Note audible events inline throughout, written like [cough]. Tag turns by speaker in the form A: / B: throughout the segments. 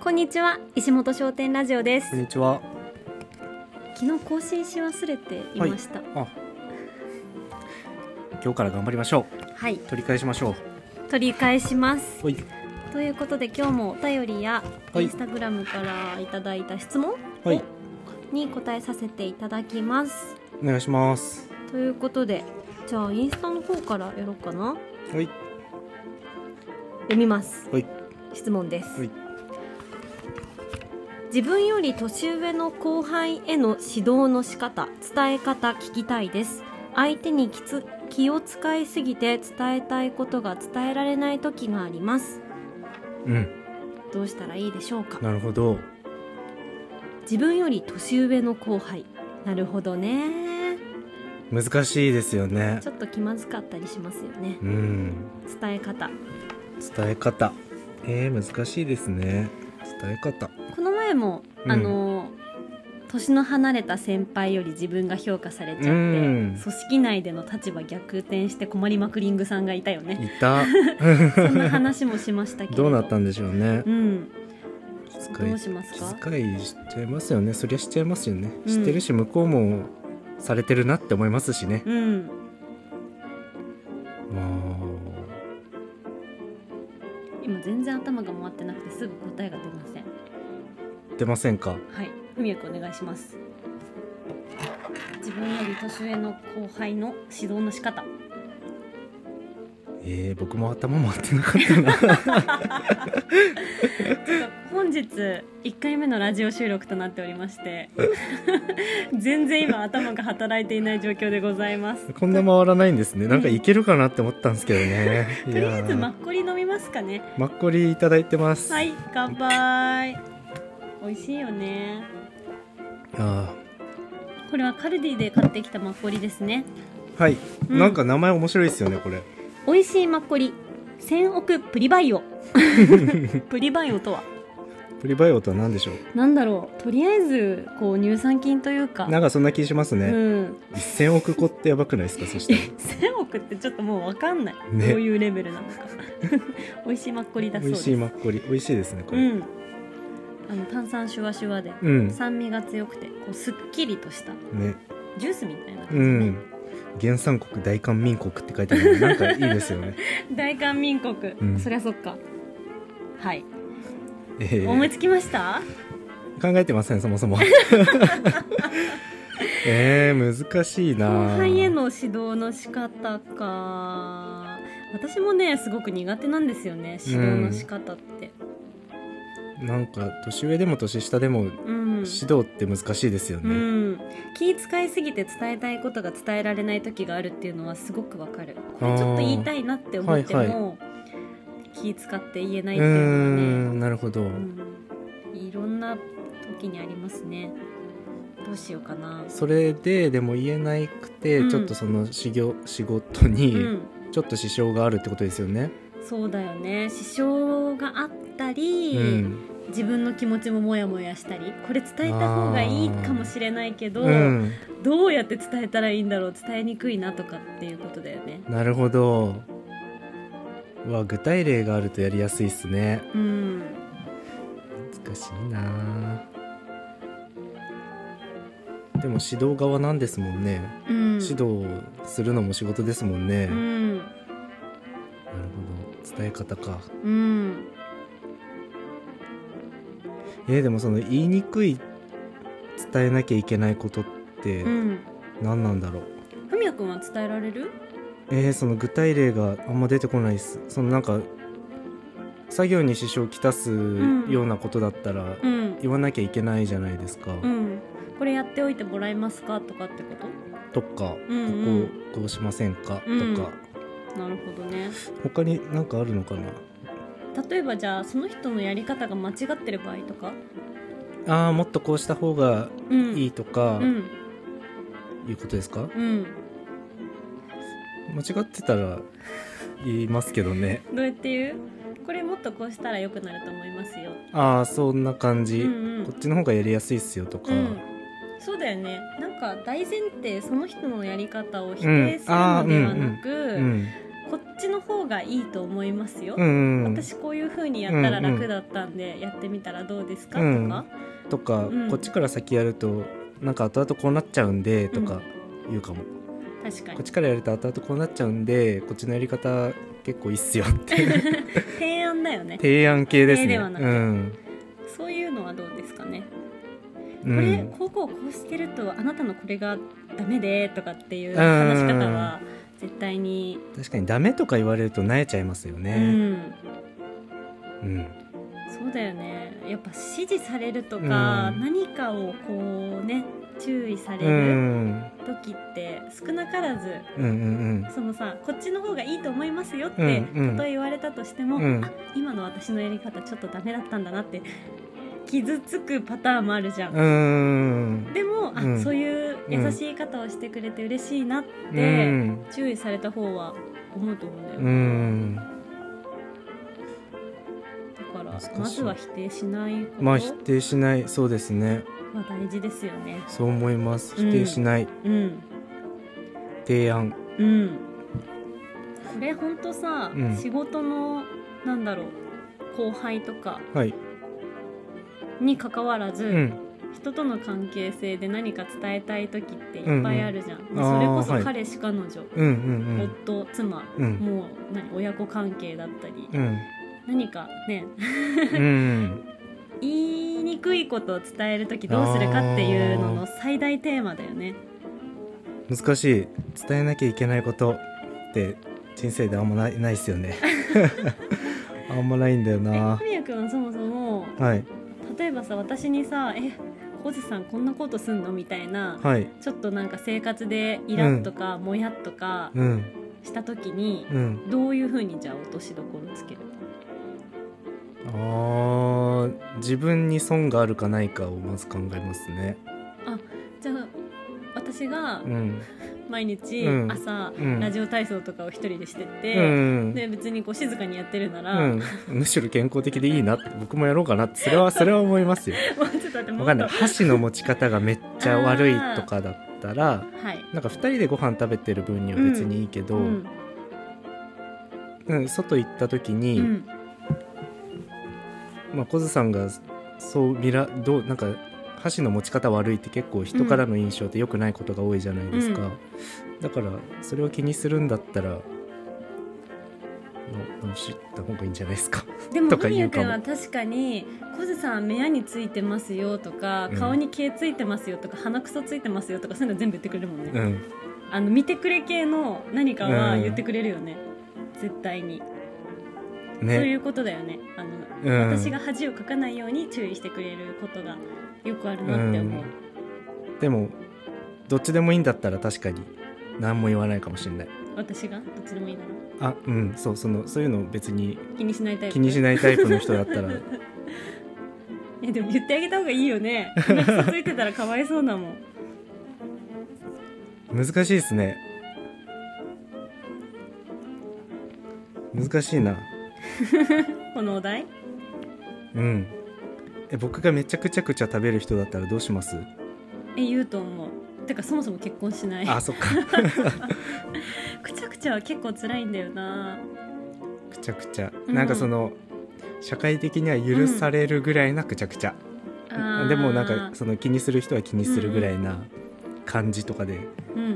A: こんにちは石本商店ラジオです
B: こんにちは。
A: 昨日更新し忘れていました
B: あ、今日から頑張りましょう。
A: はい、
B: 取り返しましょ
A: 取り返します
B: う。はい、
A: ということで今日もお便りや
B: はい
A: インスタグラムからいただいた質問
B: はい、
A: に答えさせていただきます
B: お願いします。
A: ということでじゃあインスタの方からやろうかな
B: はい、
A: 読みます
B: はい、
A: 質問です、
B: はい
A: 自分より年上の後輩への指導の仕方伝え方聞きたいです相手にきつ気を使いすぎて伝えたいことが伝えられない時があります
B: うん、
A: どうしたらいいでしょうか
B: なるほど。
A: 自分より年上の後輩なるほどね
B: 難しいですよね
A: ち。ょっと気まずかったりしますよね
B: うん、
A: 伝え方
B: 伝え方。えー、難しいですね。伝え方。
A: この前も、
B: うん
A: あの年の離れた先輩より自分が評価されちゃって、
B: う
A: 組
B: ん
A: 織内での立場逆転して困りまくりんぐさんがいたよね
B: いた。
A: そんな話もしましたけれど
B: どうなったんでしょうね
A: う。ん
B: 使
A: どう
B: い
A: しますか
B: 気遣いしちゃいますよね。そりゃしちゃいますよね。
A: うん
B: 知ってるし、向こうもされてるなって思いますしね。
A: うん
B: も
A: 今全然頭が回ってなくてすぐ答えが出ません
B: う出ませんか。
A: はい文也君お願いします自分より年上の後輩の指導の仕方
B: えー、僕も頭回ってなかった [laughs] な
A: 本日1回目のラジオ収録となっておりまして [laughs] 全然今頭が働いていない状況でございます
B: こんな回らないんですねなんかいけるかなって思ったんですけどね
A: [laughs] と
B: い
A: りあ
B: や
A: えずマ
B: ー
A: ッコリ飲みますかね
B: マッコリいただいてます、
A: はい乾杯美味しいよね
B: あ
A: これはカルディで買ってきたマッコリですね
B: ーはい、
A: うん
B: なんか名前面白いですよねこれ
A: 美味しいマッコリ千億プリバイオ
B: [laughs]
A: プリバイオとは
B: プリバイオとは何でしょう
A: なんだろうとりあえずこう乳酸菌というか
B: なんかそんな気します
A: う
B: ね、
A: ん
B: 1000億個ってやばくないですか
A: [laughs]
B: そして
A: 1000億ってちょっともう分かんない、
B: ね
A: どういうレベルなのか [laughs] 美味しいマッコリだそう
B: 美
A: で
B: 味
A: す
B: しいマッコリ美味しいですねこ
A: う
B: れ
A: んあの炭酸シュワシュワで、
B: うん、
A: 酸味が強くてこうすっきりとした
B: ね
A: ジュースみたいな感
B: う
A: じね、
B: ん原産国大韓民国って書いてあるのなんかいいですよ
A: [laughs]
B: ね、
A: [laughs] 大韓民国、
B: ん
A: そりゃそっかはい、
B: え
A: 思い
B: ー、
A: つきました
B: 考えてませんそ
A: [laughs]
B: もそも [laughs] えー、難しいな
A: 後輩への指導の仕方か私もねすごく苦手なんですよね指導の仕方って
B: なんか年上でも年下でも
A: うん
B: 指導って難しいですよ
A: う
B: ね、
A: ん、気使いすぎて伝えたいことが伝えられない時があるっていうのはすごくわかるこれちょっと言いたいなって思っても、
B: あーはい
A: 気使って言えな
B: う
A: いっ
B: ー
A: ていうのがね
B: んなるほど、
A: うんいろんな時にありますねどうしようかな、
B: それででも言えなくて、
A: うん
B: ちょっとその仕業仕事に
A: うん、
B: ちょっと支障があるってことですよね、
A: そうだよね支障があったり、
B: うん
A: 自分の気持ちもモヤモヤしたりこれ伝えた方がいいかもしれないけど、
B: うん、
A: どうやって伝えたらいいんだろう伝えにくいなとかっていうことだよね
B: なるほどうわ具体例があるとやりやすいっすね
A: うん
B: 難しいなでも指導側なんですもんね、
A: うん
B: 指導するのも仕事ですもんね、
A: う
B: なる
A: ん
B: ほど伝え方か
A: うん
B: えーでもその言いにくい伝えなきゃいけないことって
A: うん
B: 何なんだろう、
A: ふみやくんは伝えられる
B: えーその具体例があんま出てこないですそのなんか作業に支障をきたす
A: ん
B: ようなことだったら
A: うん
B: 言わなきゃいけないじゃないですか、
A: うんこれやっておいてもらえますかとかってこと
B: とか、
A: うんうん
B: こここうしませんか、
A: うん
B: とか
A: なるほどね
B: 他に何かあるのかな
A: 例えばじゃあその人のやり方が間違ってる場合とか、
B: あーもっとこうした方が
A: うん、
B: いいとか
A: うん
B: いうことですか、
A: うん
B: 間違ってたら言いますけどね
A: どうやって言うこれもっとこうしたら良くなると思いますよ、
B: ああそんな感
A: う
B: じ、
A: んうん
B: こっちの方がやりやすいっすよとか、
A: うん、そうだよねなんか大前提その人のやり方を否定するのではなく、
B: うん、
A: こっちの方がいいと思いますよ、
B: うんうん
A: 私こういう風にやったら
B: うんうん
A: 楽だったんでやってみたらどうですか、
B: う
A: と
B: ん
A: か
B: とか、
A: うん
B: こっちから先やるとなんか後々こうなっちゃうんでとか言うかも、
A: 確か
B: こっ
A: に
B: ちからやると後々こうなっちゃうんでこっちのやり方結構いいっすよって
A: 提案だよね
B: 提案系ですね
A: 提案ではなく
B: う
A: て
B: ん、
A: そういうのはどうですかね、
B: う
A: これ
B: ん、
A: こうこうこうしてるとあなたのこれがダメでとかっていう
B: うんうんうん
A: 話し方は絶対に、
B: 確かにダメとか言われると萎えちゃいますよ
A: う
B: ね、
A: ん、
B: うん
A: そうだよねやっぱ指示されるとか、
B: うん
A: 何かをこうね注意され
B: うん、う
A: る
B: ん
A: 時って少なからず
B: うんうん
A: そのさこっちの方がいいと思いますよっ
B: う
A: て
B: んうん
A: と言われたとしても、
B: うん
A: あ今の私のやり方ちょっとダメだったんだなって傷つくパターンもあるじゃん。
B: うん
A: でもあ、
B: うん
A: そういう優しい言い方をしてくれて嬉しいなっ
B: う
A: て
B: ん
A: 注意された方は思うと思うんだよ、
B: うん
A: だか
B: 難し
A: ら
B: い
A: まずは否定しないこと
B: まあ
A: は
B: 否定しないそうですね
A: 大事ですよね。
B: そう思います
A: うん
B: 否定しない、
A: うん
B: 提案
A: うん、これほんとさ、
B: うん
A: 仕事のなんだろう後輩とか
B: はい、
A: に関わらず、
B: うん、
A: 人との関係性で何か伝えたい時って
B: うんうん
A: いっぱいあるじゃん、
B: あ
A: そ
B: ー
A: れこ
B: はい
A: そ彼氏、彼女
B: うんうん
A: 夫妻、
B: うんうん
A: もう何親子関係だったり、
B: うん
A: 何かね [laughs]
B: うん
A: 言いにくいことを伝える時どうするかっていうのの最大テーマだよね
B: 難しい伝えなきゃいけないことって人生であんまないないっす
A: [laughs]
B: よねあんまないんだよ
A: え
B: な
A: 神谷君はそもそも
B: はい
A: 例えばさ私にさ「え小津さんこんなことすんの?」みたいな、
B: はい
A: ちょっとなんか生活でイラッとか、もやっとか
B: うん
A: した時に、
B: うん
A: どういうふうにじゃあ落としどころつける
B: あー自分に損があるかないかをまず考えますね
A: じゃあ私が
B: うん
A: 毎日
B: うん
A: 朝、
B: うん
A: ラジオ体操とかを一人でして
B: う
A: て、
B: ん
A: で別にこう静かにやってるなら、
B: う
A: [laughs] も
B: ん、むしろ健康的でいいなって僕もやろうかなってそれはそれは思
A: [laughs]
B: いますよ
A: うちょっと待っても
B: わ
A: っ
B: かん
A: と
B: ない箸の持ち方がめっちゃ悪いとかだったら
A: はい、
B: なんか2人でご飯食べてる分には別にいいけど、
A: うん
B: うん、外行った時に、
A: うん
B: まあ、小津さんがそう見らどうなんか箸の持ち方悪いって結構人からの印象って良くないことが多いじゃないですか、だからそれを気にするんだったらの直した方がいいんじゃないですか
A: でも
B: とか
A: 神
B: 言う
A: 谷
B: かも
A: 君は確かに「小津さん目やについてますよ」とか、
B: うん
A: 顔に毛ついてますよ」とか「鼻くそついてますよ」とかそういうの全部言ってくれるもんね、
B: うん
A: あの見てくれ系の何かは言ってくれるよね、絶対に、
B: ね
A: そういうことだよねあの
B: うん、
A: 私が恥をかかないように注意してくれることがよくあるなって思う、
B: でもどっちでもいいんだったら確かに何も言わないかもしれない
A: 私がどっちでもいいなら
B: あうんそうそのそういうの別に
A: 気にしないタイプ
B: 気にし
A: い
B: ないタイプの人だったら
A: やでも言ってあげた方がいいよね [laughs] 鼻くそついてたらかわいそうだもん
B: 難しいですね難しいな
A: このお題
B: うんえ僕がめちゃくちゃくちゃ食べる人だったらどうします
A: え言うと思うてかそもそも結婚しない
B: あそっか [laughs]
A: くちゃくちゃは結構辛いんだよな
B: くちゃくちゃ、
A: うん
B: なんかその社会的には許されるぐらいなくちゃくちゃ、
A: あー
B: でもなんかその気にする人は気にするぐらいな感じとかで、
A: うん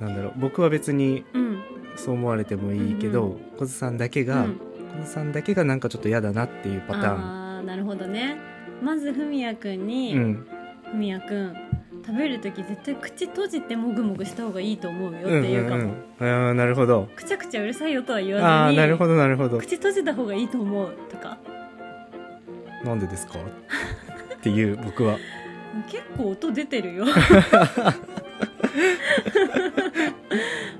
B: なんだろう僕は別に
A: うん
B: そう思われてもいいけ
A: う
B: ど、
A: ん
B: 小津さんだけ
A: う
B: が、
A: ん
B: 小津さんだけがなんかちょっと嫌だなっていうパターン
A: あーなるほどねまずふみやくんに
B: う
A: 「
B: ん
A: ふみやくん食べる時絶対口閉じてもぐもぐした方がいいと思うよ」っていうかも、
B: んんうん、あーなるほど
A: くちゃくちゃうるさいよとは言わ
B: あ
A: ず
B: あ
A: に
B: なるほどなるほど
A: 口閉じた方がいいと思うとか
B: なんでですかっていう僕は
A: 結構音出てる
B: [laughs]
A: よ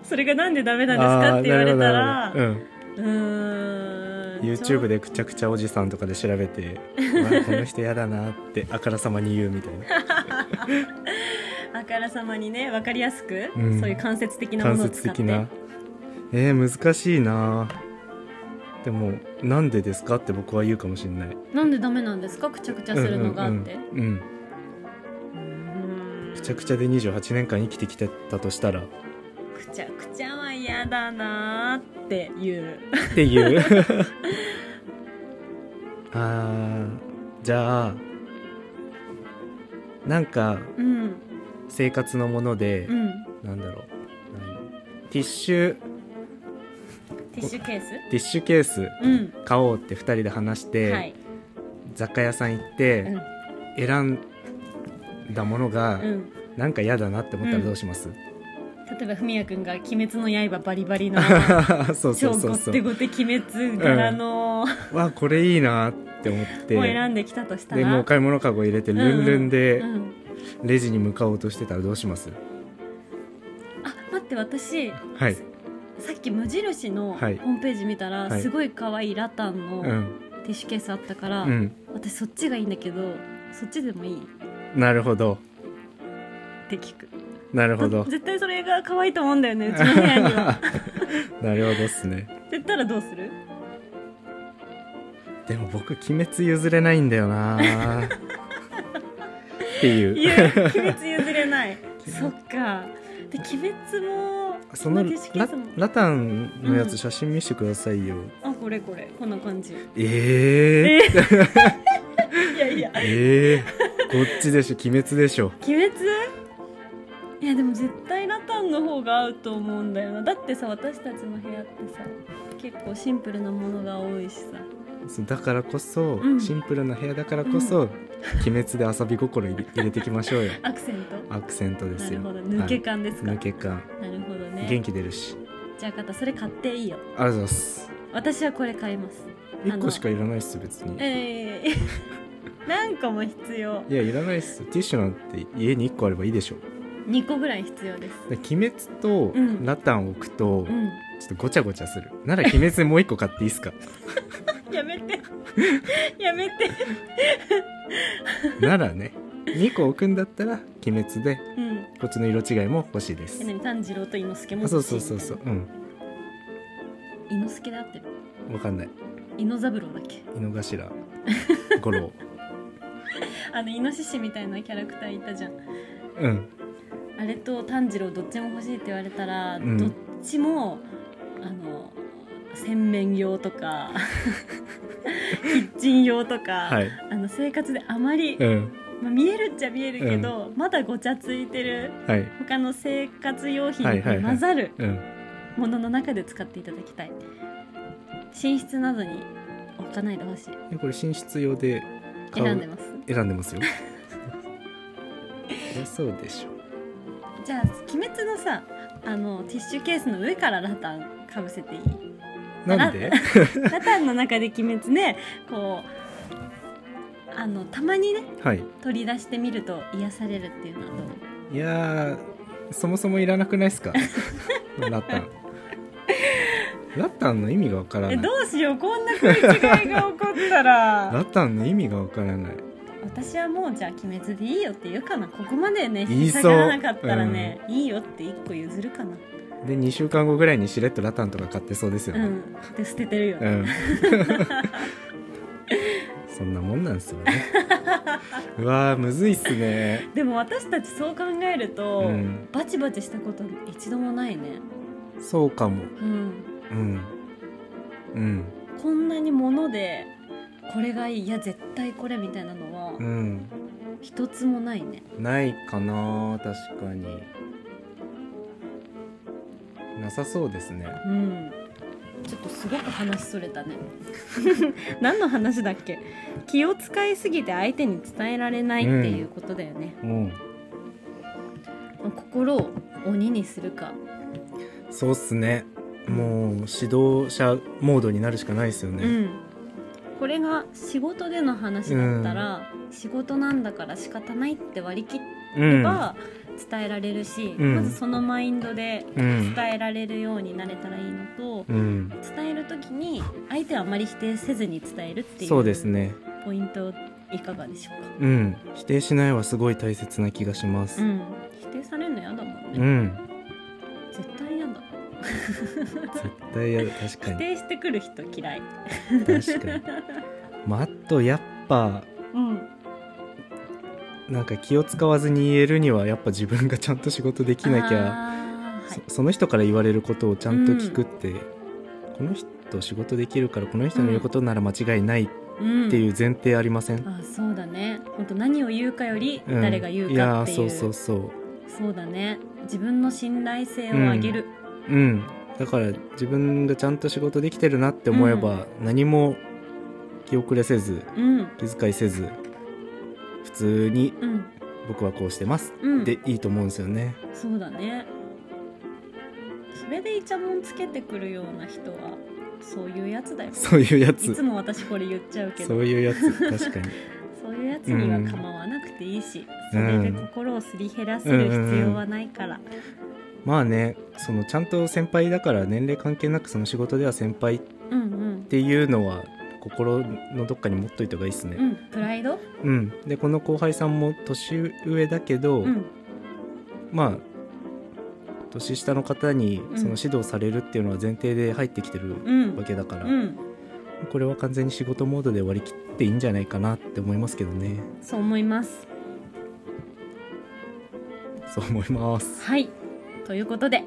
A: それがなんでダ [laughs] メなんです
B: あ
A: か
B: ー
A: って言われた
B: な
A: ら
B: るほどなるほど
A: うーん
B: うん、
A: ちょ
B: YouTube でくちゃくちゃおじさんとかで調
A: [laughs]
B: べて「うわこの人嫌だな」ってあからさまに言うみたいな
A: あからさまにね分かりやすく、
B: うん
A: そういう間接的なも
B: 間
A: のを
B: 接
A: 使って
B: 的なえー、難しいなでも「なんでですか?」って僕は言うかもしれない
A: なんでダメなんですかくちゃくちゃするのがって、
B: うんうんうんうん
A: うーん
B: くちゃくちゃで28年間生きてきてたとしたら
A: くちゃくちゃは嫌だなーっていう
B: っていう
A: [laughs]
B: あーじゃあなんか
A: うん
B: 生活のもので、
A: うん
B: なんだろう何ティッシュ
A: ティッシュケース
B: ティッシュケース
A: うん
B: 買おうって2人で話して、
A: はい
B: 雑貨屋さん行って、
A: うん
B: 選んだものが、
A: うん
B: なんか嫌だなって思ったらどうします、
A: 例えば文也君が「鬼滅の刃バリバリの
B: [laughs] そうそ
A: 超
B: うそ
A: ゴッ
B: うそ
A: テ
B: う
A: ゴテ鬼滅柄のを
B: わこれいいなって思って
A: 選んできたとしたら
B: でもう買い物かご入れてルンルンで
A: うんうん
B: レジに向かおうとしてたらどうします、
A: あ待って私
B: はい、
A: さっき無印のホ
B: はい
A: ームページ見たら、
B: はい
A: すごい可愛いラタンの
B: う
A: テ
B: ん
A: ィッシュケースあったから、
B: うん、
A: 私そっちがいいんだけどそっちでもいい
B: なるほど
A: って聞く
B: な
A: [laughs]
B: るほど
A: 絶対それが可愛いと思うんだよねうちの部屋には
B: [laughs] なるほどっすね
A: って言ったらどうする
B: でも僕鬼滅譲れないんだよなって
A: い
B: いう
A: や鬼滅譲れない
B: [laughs]
A: そっかで鬼滅も
B: その
A: まあティッシュケー
B: ラ
A: スも
B: ラタンのや
A: うん
B: つ写真見せてくださいよ、
A: あこれこれこんな感じ
B: [laughs] えー、
A: いやいや
B: えー、こっちでしょ鬼滅でしょ
A: 鬼滅いやでも絶対ラタンの方が合うと思うんだよなだってさ私たちの部屋ってさ結構シンプルなものが多いしさ
B: そうだからこそ、
A: ん
B: シンプルな部屋だからこそ、鬼滅で遊び心入れ入れていきましょうよ
A: アクセント
B: アクセントで
A: な
B: す
A: る
B: よ
A: ほど抜け感ですか、
B: 抜け感
A: なるほど
B: 元
A: ね
B: 気出るし
A: じゃあ方それ買っていいよ
B: ありがとうございます
A: 私はこれ買いますあの
B: 1個しかいらないっす別に
A: ええ [laughs] 何個も必要
B: いやいらないっすティッシュなんて家に1個あればいいでしょ
A: 2個ぐらい必要です
B: で鬼滅と
A: うん
B: ラタンを置くと、
A: う
B: ちょ
A: ん
B: っとごちゃごちゃするなら鬼滅もう1個買っていいっ
A: [laughs]
B: すか
A: やめ
B: [laughs]
A: てやめて
B: ならね2個置くんだったら鬼滅で
A: うん
B: こっちの色違いも欲しいです
A: え何炭治郎と伊之助も
B: あ
A: 欲しい
B: そうそうそうそううん
A: 伊之助で合ってる
B: わかんない
A: 伊之三郎だっけ
B: 井の頭
A: [laughs]
B: 五郎
A: あのイノシシみたいなキャラクターいたじゃん
B: うん
A: あれと炭治郎どっちも欲しいって言われたら、
B: うん
A: どっちもあの洗面用と
B: [laughs]
A: かキッチン用とか、
B: はい
A: あの生活であまり、
B: うん
A: まあ、見えるっちゃ見えるけど、まだごちゃついてる
B: はい
A: 他の生活用品
B: は
A: に
B: いはいはい
A: 混ざる
B: うん
A: ものの中で使っていただきたい寝室などに置かないでほしい
B: えこれ寝室用で買う
A: 選んでます
B: 選ん
A: [laughs]
B: でますよそりゃそうでしょ
A: じゃあ「鬼滅」のさあのティッシュケースの上からラタンかぶせ
B: [laughs]
A: ていい
B: なんで
A: ラタンの中で「鬼滅ね」こうあのたまにね
B: はい
A: 取り出してみると癒されるっていうのはどう
B: いやーそもそもいらなくないですか [laughs] ラタンラタンの意味がわから
A: え
B: な
A: ど
B: いう
A: しようこんな食い違いが起こったら
B: [laughs] ラタンの意味がわからない
A: 私はもうじゃあ「鬼滅」でいいよって言うかなここまでね
B: 言
A: 引
B: い
A: っ
B: そ
A: か
B: う
A: からなかったらねいいよって一個譲るかな
B: で2週間後ぐらいにしれっとラタンとか買ってそうですよ
A: う
B: ね
A: んで捨ててるよ
B: う
A: ね
B: ん [laughs] そんなもんなんすよねうわーむずいっすね
A: でも私たちそう考えると、
B: うん
A: バチバチしたこと一度もないね
B: そうかも
A: うん
B: うんうん
A: こんなに物でこれがいいいや絶対これみたいなの
B: う
A: は
B: ん
A: 一つもないね
B: ないかな確かになさそうですね
A: うんちょっとすごく話それたね [laughs] 何の話だっけ気を使いすぎて相手に伝えられないっていうことだよね、
B: うん
A: 心を鬼にするか
B: そうっすねもう指導者モードになるしかないですよ
A: う
B: ね、
A: ん、これが仕事での話だったら、仕事なんだから仕方ないって割り切
B: うん、
A: れば伝えられるし、
B: うん
A: まずそのマインドで
B: うん
A: 伝えられるようになれたらいいのと、
B: うん
A: 伝える時に相手はあまり否定せずに伝えるってい
B: そうです
A: う
B: ね
A: ポイントいかがでしょうか、
B: うん否定しないはすごい大切な気がしま
A: う
B: す
A: ん、否定されるの嫌だもんね、
B: うん
A: 絶対嫌だ
B: 絶対やる確か
A: 否
B: に
A: 定してくる人嫌い、
B: 確かに、まあ、あとやっぱ
A: うん、
B: なんか気を使わずに言えるにはやっぱ自分がちゃんと仕事できなきゃ
A: ゃはい
B: そその人から言われることをちゃんと聞くって、この人仕事できるからこの人の言うことなら間違いないっ
A: うん
B: ていう前提ありません、
A: あそうだね本当何を言うかより
B: うん
A: 誰が言う
B: いや
A: か
B: ー
A: っていう、
B: そ
A: そ
B: うそううそう
A: だね自分の信頼性を上げる、
B: うんだから自分がちゃんと仕事できてるなって思えば、何も気遅れせず
A: うん、うん
B: 気遣いせず普通に
A: うん
B: 僕はこうしてます
A: うん
B: でいいと思うんですよね、
A: そうだねそれでイチャモンつけてくるような人はそういうやつだよ
B: そういうや
A: い
B: つ
A: つも私これ言っちゃうけど
B: そういうやつ確かに
A: そういうやつには構わなくていいし、それで心をすり減らせる必要はないから、
B: まあねそのちゃんと先輩だから年齢関係なくその仕事では先輩っ
A: うん、うん
B: ていうのは心のどっかに持っといた方がいいです
A: う
B: ね、
A: んプライド、
B: うんでこの後輩さんも年上だけど、
A: うん、
B: まあ年下の方に
A: ん
B: その指導されるっていうのは前提で入ってきてる
A: うん
B: わけだから、
A: うん
B: これは完全に仕事モードで割り切っていいんじゃないかなって思いますけどね
A: そう思います
B: そう思います
A: はいということで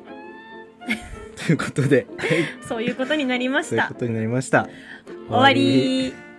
B: ということではい
A: そういうことになりま
B: そ
A: し
B: ういう
A: た
B: ことになりました
A: 終わり